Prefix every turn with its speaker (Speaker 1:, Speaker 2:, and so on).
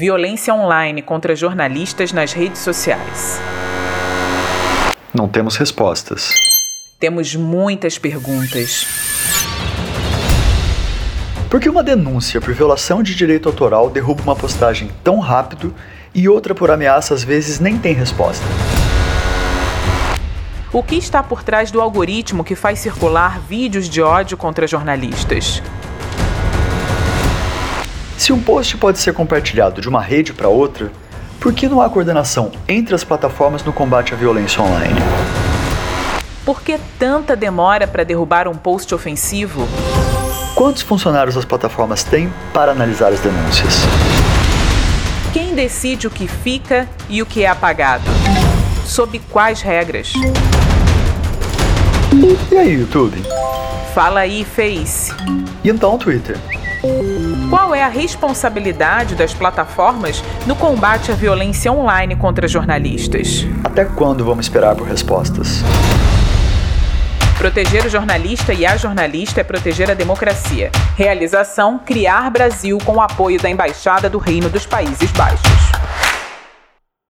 Speaker 1: Violência online contra jornalistas nas redes sociais.
Speaker 2: Não temos respostas.
Speaker 1: Temos muitas perguntas.
Speaker 2: Por que uma denúncia por violação de direito autoral derruba uma postagem tão rápido e outra por ameaça às vezes nem tem resposta?
Speaker 1: O que está por trás do algoritmo que faz circular vídeos de ódio contra jornalistas?
Speaker 2: Se um post pode ser compartilhado de uma rede para outra, por que não há coordenação entre as plataformas no combate à violência online?
Speaker 1: Por que tanta demora para derrubar um post ofensivo?
Speaker 2: Quantos funcionários as plataformas têm para analisar as denúncias?
Speaker 1: Quem decide o que fica e o que é apagado? Sob quais regras?
Speaker 2: E aí, YouTube?
Speaker 1: Fala aí, Face.
Speaker 2: E então, Twitter?
Speaker 1: Qual é a responsabilidade das plataformas no combate à violência online contra jornalistas?
Speaker 2: Até quando vamos esperar por respostas?
Speaker 1: Proteger o jornalista e a jornalista é proteger a democracia. Realização: Criar Brasil com o apoio da Embaixada do Reino dos Países Baixos.